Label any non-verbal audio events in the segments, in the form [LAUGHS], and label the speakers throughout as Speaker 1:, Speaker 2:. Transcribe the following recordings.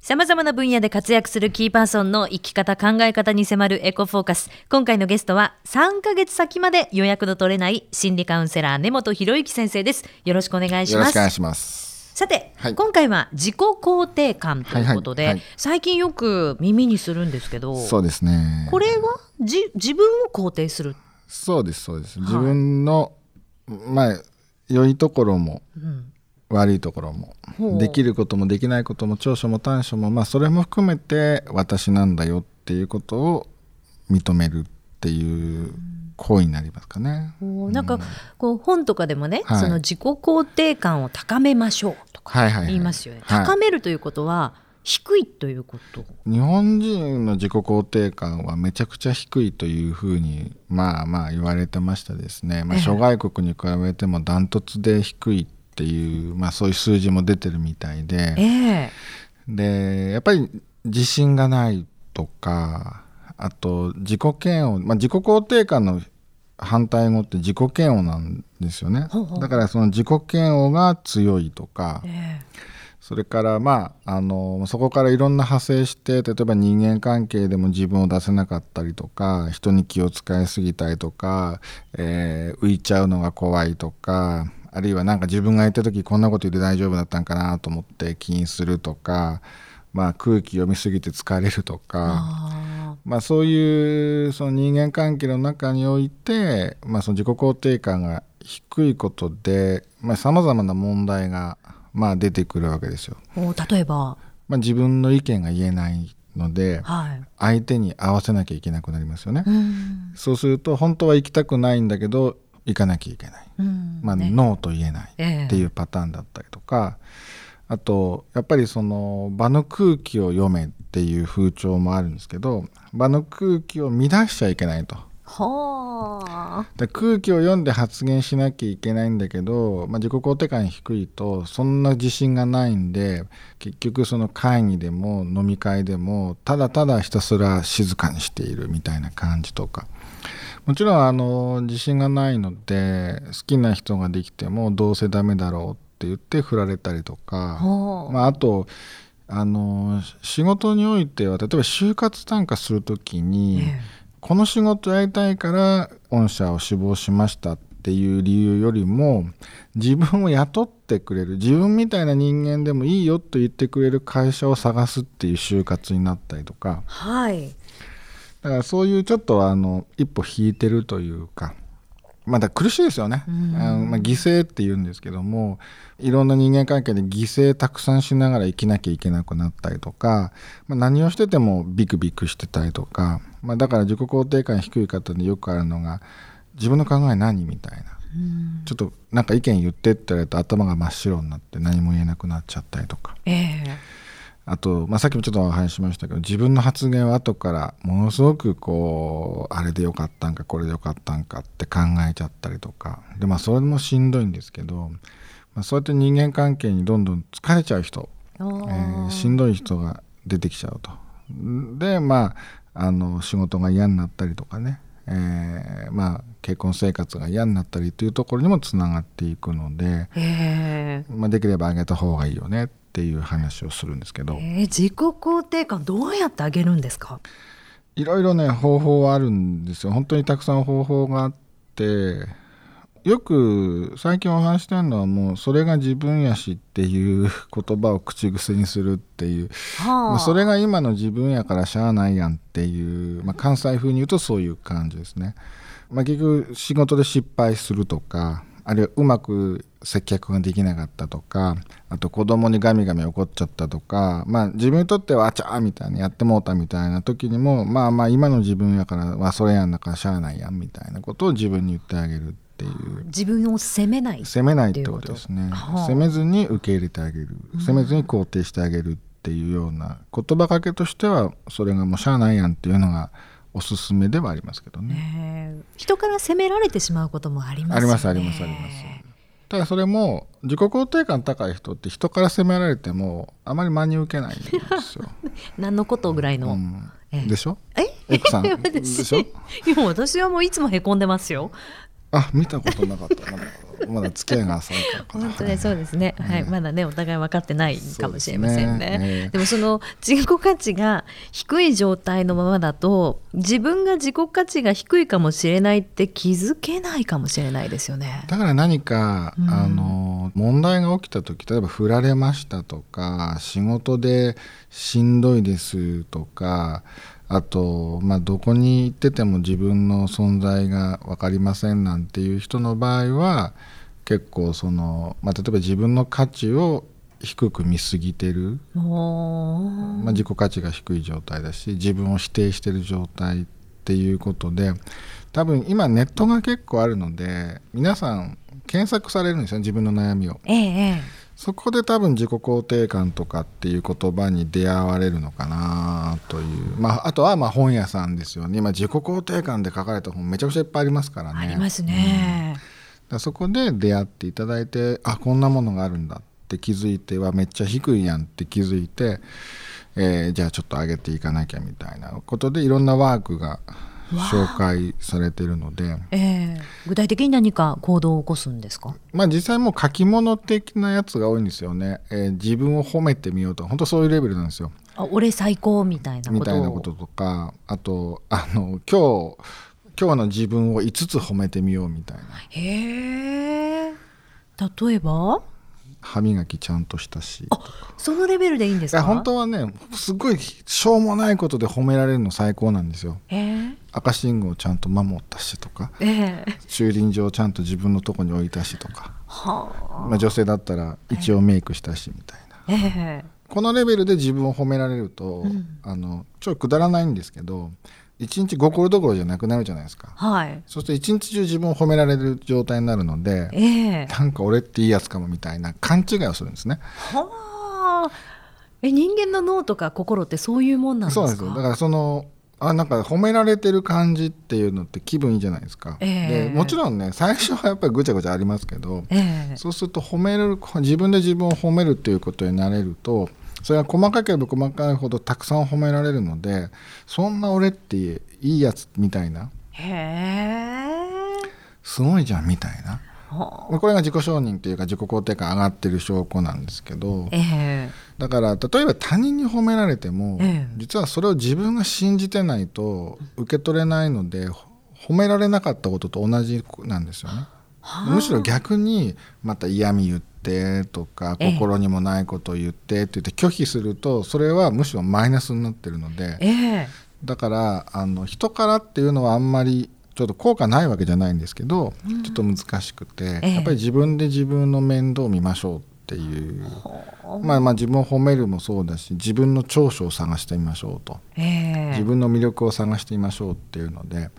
Speaker 1: さまざまな分野で活躍するキーパーソンの生き方、考え方に迫るエコフォーカス。今回のゲストは、3ヶ月先まで予約の取れない心理カウンセラー、根本博之先生です。よろしくお願いし
Speaker 2: よろ
Speaker 1: ま
Speaker 2: しくお願
Speaker 1: す
Speaker 2: い。します。
Speaker 1: さて、
Speaker 2: はい
Speaker 1: 今回は自己肯定感ということで、
Speaker 2: はいはいはい
Speaker 1: 最近よく耳にするんですけど、
Speaker 2: そうですね。
Speaker 1: これはじ自分を肯定する。
Speaker 2: そうですそうです。自分の、まあ良いところも、悪いところも
Speaker 1: ほう
Speaker 2: できることもできないことも長所も短所もまあそれも含めて私なんだよっていうことを認めるっていう行為になりますかね。
Speaker 1: おーなんかこう本とかでもね、
Speaker 2: はい
Speaker 1: その自己肯定感を高めましょうとか
Speaker 2: はいはい、はい。
Speaker 1: 言いますよね。
Speaker 2: はい
Speaker 1: 高めるということは低いということ。
Speaker 2: 日本人の自己肯定感はめちゃくちゃ低いというふうにまあまあ言われてましたですね、まあ、
Speaker 1: ええ
Speaker 2: 諸外国に比べてもダントツで低いっていう、まあ、そういう数字も出てるみたい
Speaker 1: え
Speaker 2: で
Speaker 1: え
Speaker 2: でやっぱり自信がないとかあと自己嫌悪、まあ、自己肯定感の反対語って自己嫌悪なんですよね
Speaker 1: ほうほう
Speaker 2: だからその自己嫌悪が強いとか、
Speaker 1: え
Speaker 2: それからまああのそこからいろんな派生して例えば人間関係でも自分を出せなかったりとか人に気を使いすぎたりとか、えー浮いちゃうのが怖いとかあるいはなんか自分が言った時こんなこと言って大丈夫だったんかなと思って気にするとか、まあ、空気読みすぎて疲れるとか。
Speaker 1: あ
Speaker 2: まあ、そういうその人間関係の中において、まあ、その自己肯定感が低いことでさまざ、まな問題が、まあ、出てくるわけですよ。
Speaker 1: ーおー例えば、
Speaker 2: まあ、自分の意見が言えないので
Speaker 1: はい。
Speaker 2: 相手に合わせなきゃいけなくなりますよね。
Speaker 1: うん
Speaker 2: そうすると本当は行きたくないんだけど行かなきゃいけない、
Speaker 1: うん
Speaker 2: まあ
Speaker 1: ね
Speaker 2: ノーと言えない
Speaker 1: ええ
Speaker 2: っていうパターンだったりとか、あとやっぱりその場の空気を読めっていう風潮もあるんですけど場の空気を乱しちゃいけないと。
Speaker 1: はあ。
Speaker 2: で空気を読んで発言しなきゃいけないんだけど、まあ、自己肯定感低いとそんな自信がないんで結局その会議でも飲み会でもただただひたすら静かにしているみたいな感じとかもちろんあの自信がないので好きな人ができてもどうせダメだろうって言って振られたりとか。
Speaker 1: ほう
Speaker 2: まあ、あとあの仕事においては例えば就活なんかするときに、
Speaker 1: ええ
Speaker 2: この仕事やりたいから御社を志望しましたっていう理由よりも自分を雇ってくれる自分みたいな人間でもいいよと言ってくれる会社を探すっていう就活になったりとか
Speaker 1: はい。
Speaker 2: だからそういうちょっとあの一歩引いてるというか。まあだから苦しいですよね、あのまあ、犠牲って言うんですけどもいろんな人間関係で犠牲たくさんしながら生きなきゃいけなくなったりとか、まあ、何をしててもビクビクしてたりとか、まあ、だから自己肯定感低い方でよくあるのが自分の考え何みたいなちょっとなんか意見言ってって言われると頭が真っ白になって何も言えなくなっちゃったりとか
Speaker 1: ええ
Speaker 2: あと、まあ、さっきもちょっとお話ししましたけど自分の発言は後からものすごくこうあれでよかったんかこれでよかったんかって考えちゃったりとかで、まあ、それもしんどいんですけど、まあ、そうやって人間関係にどんどん疲れちゃう人、
Speaker 1: あ
Speaker 2: え
Speaker 1: ー
Speaker 2: ーしんどい人が出てきちゃうと。でまああの仕事が嫌になったりとかね、えーまあ、結婚生活が嫌になったりというところにもつながっていくので、
Speaker 1: ええ
Speaker 2: まあ、できれば上げた方がいいよねっていう話をするんですけど。
Speaker 1: ええ自己肯定感どうやって上げるんですか。
Speaker 2: いろいろね方法はあるんですよ本当にたくさん方法があってよく最近お話してるのはもうそれが自分やしっていう言葉を口癖にするっていう
Speaker 1: は
Speaker 2: ま
Speaker 1: あ。
Speaker 2: あ、それが今の自分やからしゃあないやんっていう、まあ、関西風に言うとそういう感じですね、まあ、結局仕事で失敗するとかあるいはうまく接客ができなかったとかあと子供にガミガミ怒っちゃったとか、まあ、自分にとってはあちゃーみたいなやってもうたみたいな時にもまあまあ今の自分やからはそれやんだからしゃあないやんみたいなことを自分に言ってあげるっていう
Speaker 1: 自分を責めない。
Speaker 2: 責めないってことですね
Speaker 1: はあ
Speaker 2: 責めずに受け入れてあげる責めずに肯定してあげるっていうような言葉かけとしてはそれがもうしゃあないやんっていうのがおすすめではありますけどね
Speaker 1: ええ人から責められてしまうこともありますよね。
Speaker 2: ありますありますありますただそれも自己肯定感高い人って人から責められてもあまり真に受けないんですよ、
Speaker 1: 何のことぐらいの。
Speaker 2: うん
Speaker 1: ええ
Speaker 2: でしょ
Speaker 1: え
Speaker 2: エク
Speaker 1: [LAUGHS]
Speaker 2: さんでしょ
Speaker 1: 私いや私はもういつもへこんでますよ。
Speaker 2: あ見たことなかったなんかまだ付き合いが浅いからかな
Speaker 1: 本当ねそうですね、はい、まだねお互い分かってないかもしれませんね
Speaker 2: そうですねええ
Speaker 1: でもその自己価値が低い状態のままだと自分が自己価値が低いかもしれないって気づけないかもしれないですよね。
Speaker 2: だから何か、
Speaker 1: うん
Speaker 2: あの問題が起きた時例えば振られましたとか仕事でしんどいですとかあと、まあ、どこに行ってても自分の存在が分かりませんなんていう人の場合は結構その、まあ、例えば自分の価値を低く見すぎてる、
Speaker 1: もう
Speaker 2: まあ、自己価値が低い状態だし自分を否定してる状態っていうことで多分今ネットが結構あるので皆さん検索されるんですよね自分の悩みを
Speaker 1: ええええ
Speaker 2: そこで多分自己肯定感とかっていう言葉に出会われるのかなという、まあ、あとはまあ本屋さんですよね今自己肯定感で書かれた本めちゃくちゃいっぱいありますからね
Speaker 1: ありますね。
Speaker 2: だからそこで出会っていただいてあこんなものがあるんだって気づいてはめっちゃ低いやんって気づいて、えーじゃあちょっと上げていかなきゃみたいなことでいろんなワークが紹介されてるので。
Speaker 1: ええ具体的に何か行動を起こすんですか
Speaker 2: まあ実際もう書き物的なやつが多いんですよね、えー自分を褒めてみようとか本当そういうレベルなんですよ
Speaker 1: あ俺最高みたいなことを
Speaker 2: みたいなこととかあとあの今日今日の自分を5つ褒めてみようみたいな
Speaker 1: へえ例えば
Speaker 2: 歯磨きちゃんとしたし
Speaker 1: そのレベルでいいんです
Speaker 2: いや
Speaker 1: か
Speaker 2: 本当はねすごいしょうもないことで褒められるの最高なんですよ
Speaker 1: ええ
Speaker 2: 赤信号をちゃんと守ったしとか
Speaker 1: ええ
Speaker 2: 駐輪場をちゃんと自分のとこに置いたしとか、
Speaker 1: は
Speaker 2: まあ、女性だったら一応メイクしたしみたいな、
Speaker 1: あ、ええ
Speaker 2: このレベルで自分を褒められると、
Speaker 1: ん
Speaker 2: あのちょっとくだらないんですけど一日5ころどころじゃなくなるじゃないですか
Speaker 1: はい。
Speaker 2: そうすると一日中自分を褒められる状態になるので
Speaker 1: ええ
Speaker 2: なんか俺っていいやつかもみたいな勘違いをするんですね
Speaker 1: はあ。え、人間の脳とか心ってそういうもんなんです
Speaker 2: そう
Speaker 1: か。
Speaker 2: なんですよだからそのあなんか褒められてる感じっていうのって気分いいじゃないですか、
Speaker 1: ええ
Speaker 2: でもちろんね最初はやっぱりぐちゃぐちゃありますけど
Speaker 1: ええ
Speaker 2: そうすると褒める自分で自分を褒めるっていうことになれるとそれは細かければ細かいほどたくさん褒められるのでそんな俺っていいやつみたいな
Speaker 1: へえ。
Speaker 2: すごいじゃんみたいな
Speaker 1: はあ
Speaker 2: これが自己承認というか自己肯定感上がってる証拠なんですけど
Speaker 1: ええ
Speaker 2: だから例えば他人に褒められても、
Speaker 1: ええ
Speaker 2: 実はそれを自分が信じてないと受け取れないのでほ褒められなかったことと同じなんですよね。
Speaker 1: はあ
Speaker 2: むしろ逆にまた嫌味言ってとか
Speaker 1: ええ
Speaker 2: 心にもないことを言ってって言って拒否するとそれはむしろマイナスになってるので
Speaker 1: ええ
Speaker 2: だからあの人からっていうのはあんまりちょっと効果ないわけじゃないんですけどちょっと難しくて
Speaker 1: ええ
Speaker 2: やっぱり自分で自分の面倒を見ましょうっていうまあまあ自分を褒めるもそうだし自分の長所を探してみましょうと。
Speaker 1: ええ
Speaker 2: 自分の魅力を探してみましょうっていうので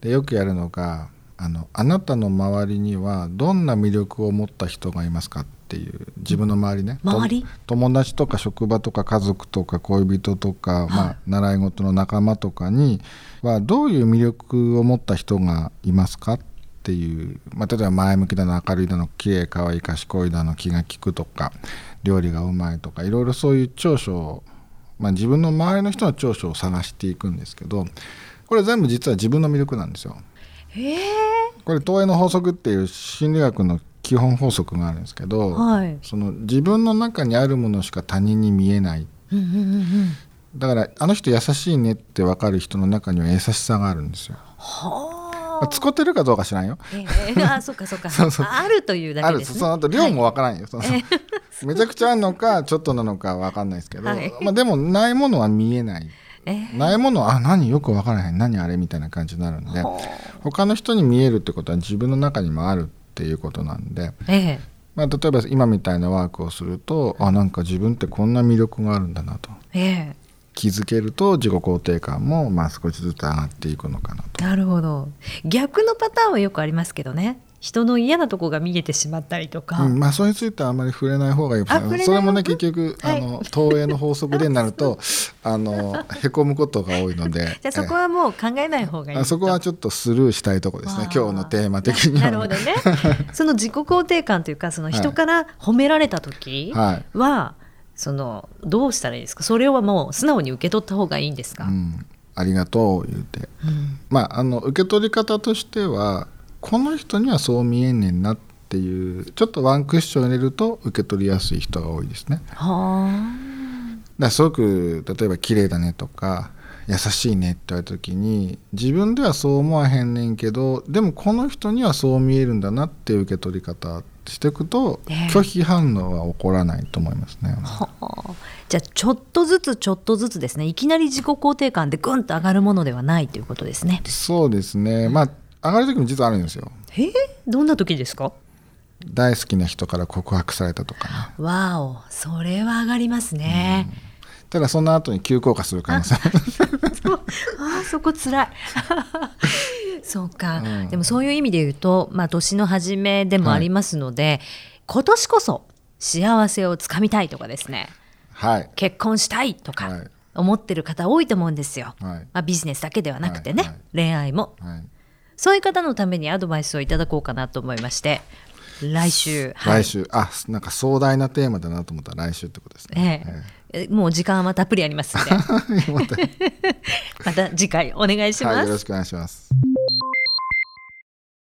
Speaker 2: でよくやるのがあの「あなたの周りにはどんな魅力を持った人がいますか?」っていう自分の周りね、と
Speaker 1: 周り
Speaker 2: 友達とか職場とか家族とか恋人とか、まあ、習い事の仲間とかにはどういう魅力を持った人がいますかっていう、まあ、例えば前向きだの明るいだの綺麗可愛い賢いだの気が利くとか料理がうまいとかいろいろそういう長所を、まあ、自分の周りの人の長所を探していくんですけどこれ全部実は自分の魅力なんですよ。
Speaker 1: ええ
Speaker 2: これ投影の法則っていう心理学の基本法則があるんですけど、
Speaker 1: はい。
Speaker 2: その自分の中にあるものしか他人に見えない
Speaker 1: うんうんうんうん。
Speaker 2: だからあの人優しいねって分かる人の中には優しさがあるんですよ。
Speaker 1: は
Speaker 2: ま
Speaker 1: あ
Speaker 2: あ、。使ってるかどうか知らんよ。
Speaker 1: ええあ、そっかそっか。
Speaker 2: そうそう
Speaker 1: あるというだ
Speaker 2: あ
Speaker 1: け
Speaker 2: る
Speaker 1: ですね。
Speaker 2: その後量も分からんよ、その [LAUGHS] めちゃくちゃあるのかちょっとなのか分かんないですけど、
Speaker 1: はい
Speaker 2: まあ、でもないものは見えない
Speaker 1: ええ
Speaker 2: ないものはあ何よく分からへん何あれみたいな感じになるんで他の人に見えるってことは自分の中にもあるっていうことなんで、
Speaker 1: ええ
Speaker 2: まあ、例えば今みたいなワークをするとあなんか自分ってこんな魅力があるんだなと
Speaker 1: え
Speaker 2: 気づけると自己肯定感もまあ少しずつ上がっていくのかな
Speaker 1: え
Speaker 2: と。
Speaker 1: なるほど。逆のパターンはよくありますけどね。人の嫌なとこが見えてしまったりとか。
Speaker 2: うんまあ、それについてはあまり触れない方がいい
Speaker 1: あ触れない
Speaker 2: それも
Speaker 1: 方
Speaker 2: ね結局、
Speaker 1: はい
Speaker 2: あの投影の法則でになる
Speaker 1: [LAUGHS]
Speaker 2: とあのへこむことが多いので
Speaker 1: じゃあそこ
Speaker 2: え
Speaker 1: はもう考えない方が
Speaker 2: え
Speaker 1: いい
Speaker 2: あそこはちょっとスルーしたいとこですね今日のテーマ的には、
Speaker 1: ななるほどねその自己肯定感というかその人から褒められた時は、
Speaker 2: [LAUGHS] はい
Speaker 1: そのどうしたらいいですかそれはもう素直に受け取った方がいいんですか、
Speaker 2: うん、ありがとう言うて、
Speaker 1: うん
Speaker 2: まあ、あの受け取り方としてはこの人にはそう見えんねんなっっていうちょっとワンクッション入れると受け取りやすい人が多いですね。だか
Speaker 1: は
Speaker 2: らすごく例えば「綺麗だね」とか「優しいね」って言われた時に自分ではそう思わへんねんけどでもこの人にはそう見えるんだなっていう受け取り方していくと
Speaker 1: ね
Speaker 2: 拒否反応は起こらないと思いますね。
Speaker 1: あはあじゃあちょっとずつちょっとずつですねいきなり自己肯定感でぐんと上がるものではないということですね
Speaker 2: そうですねまあ上がる時も実はあるんですよ。
Speaker 1: えーどんな時ですか
Speaker 2: 大好きな人から告白されたとかね。
Speaker 1: わおそれは上がりますね、
Speaker 2: ただその後に急降下する可能性
Speaker 1: あーそこつらい [LAUGHS] そうか、
Speaker 2: うん
Speaker 1: でもそういう意味で言うと、まあ、年の初めでもありますので、今年こそ幸せをつかみたいとかですね
Speaker 2: [LAUGHS] はい
Speaker 1: 結婚したいと
Speaker 2: は
Speaker 1: か
Speaker 2: い
Speaker 1: 思ってる方多いと思うんですよ、
Speaker 2: はい
Speaker 1: まあ、ビジネスだけではなくてね、
Speaker 2: はいはい
Speaker 1: 恋愛も
Speaker 2: はい
Speaker 1: そういう方のためにアドバイスをいただこうかなと思いまして来週はい
Speaker 2: 来週、あなんか壮大なテーマだなと思ったら来週ってことですね
Speaker 1: え、え
Speaker 2: [LAUGHS]
Speaker 1: えもう時間はたっぷりありますんで
Speaker 2: ええまた
Speaker 1: また次回お願いし
Speaker 2: はい
Speaker 1: ま
Speaker 2: よ
Speaker 1: す
Speaker 2: ろ。しくお願いします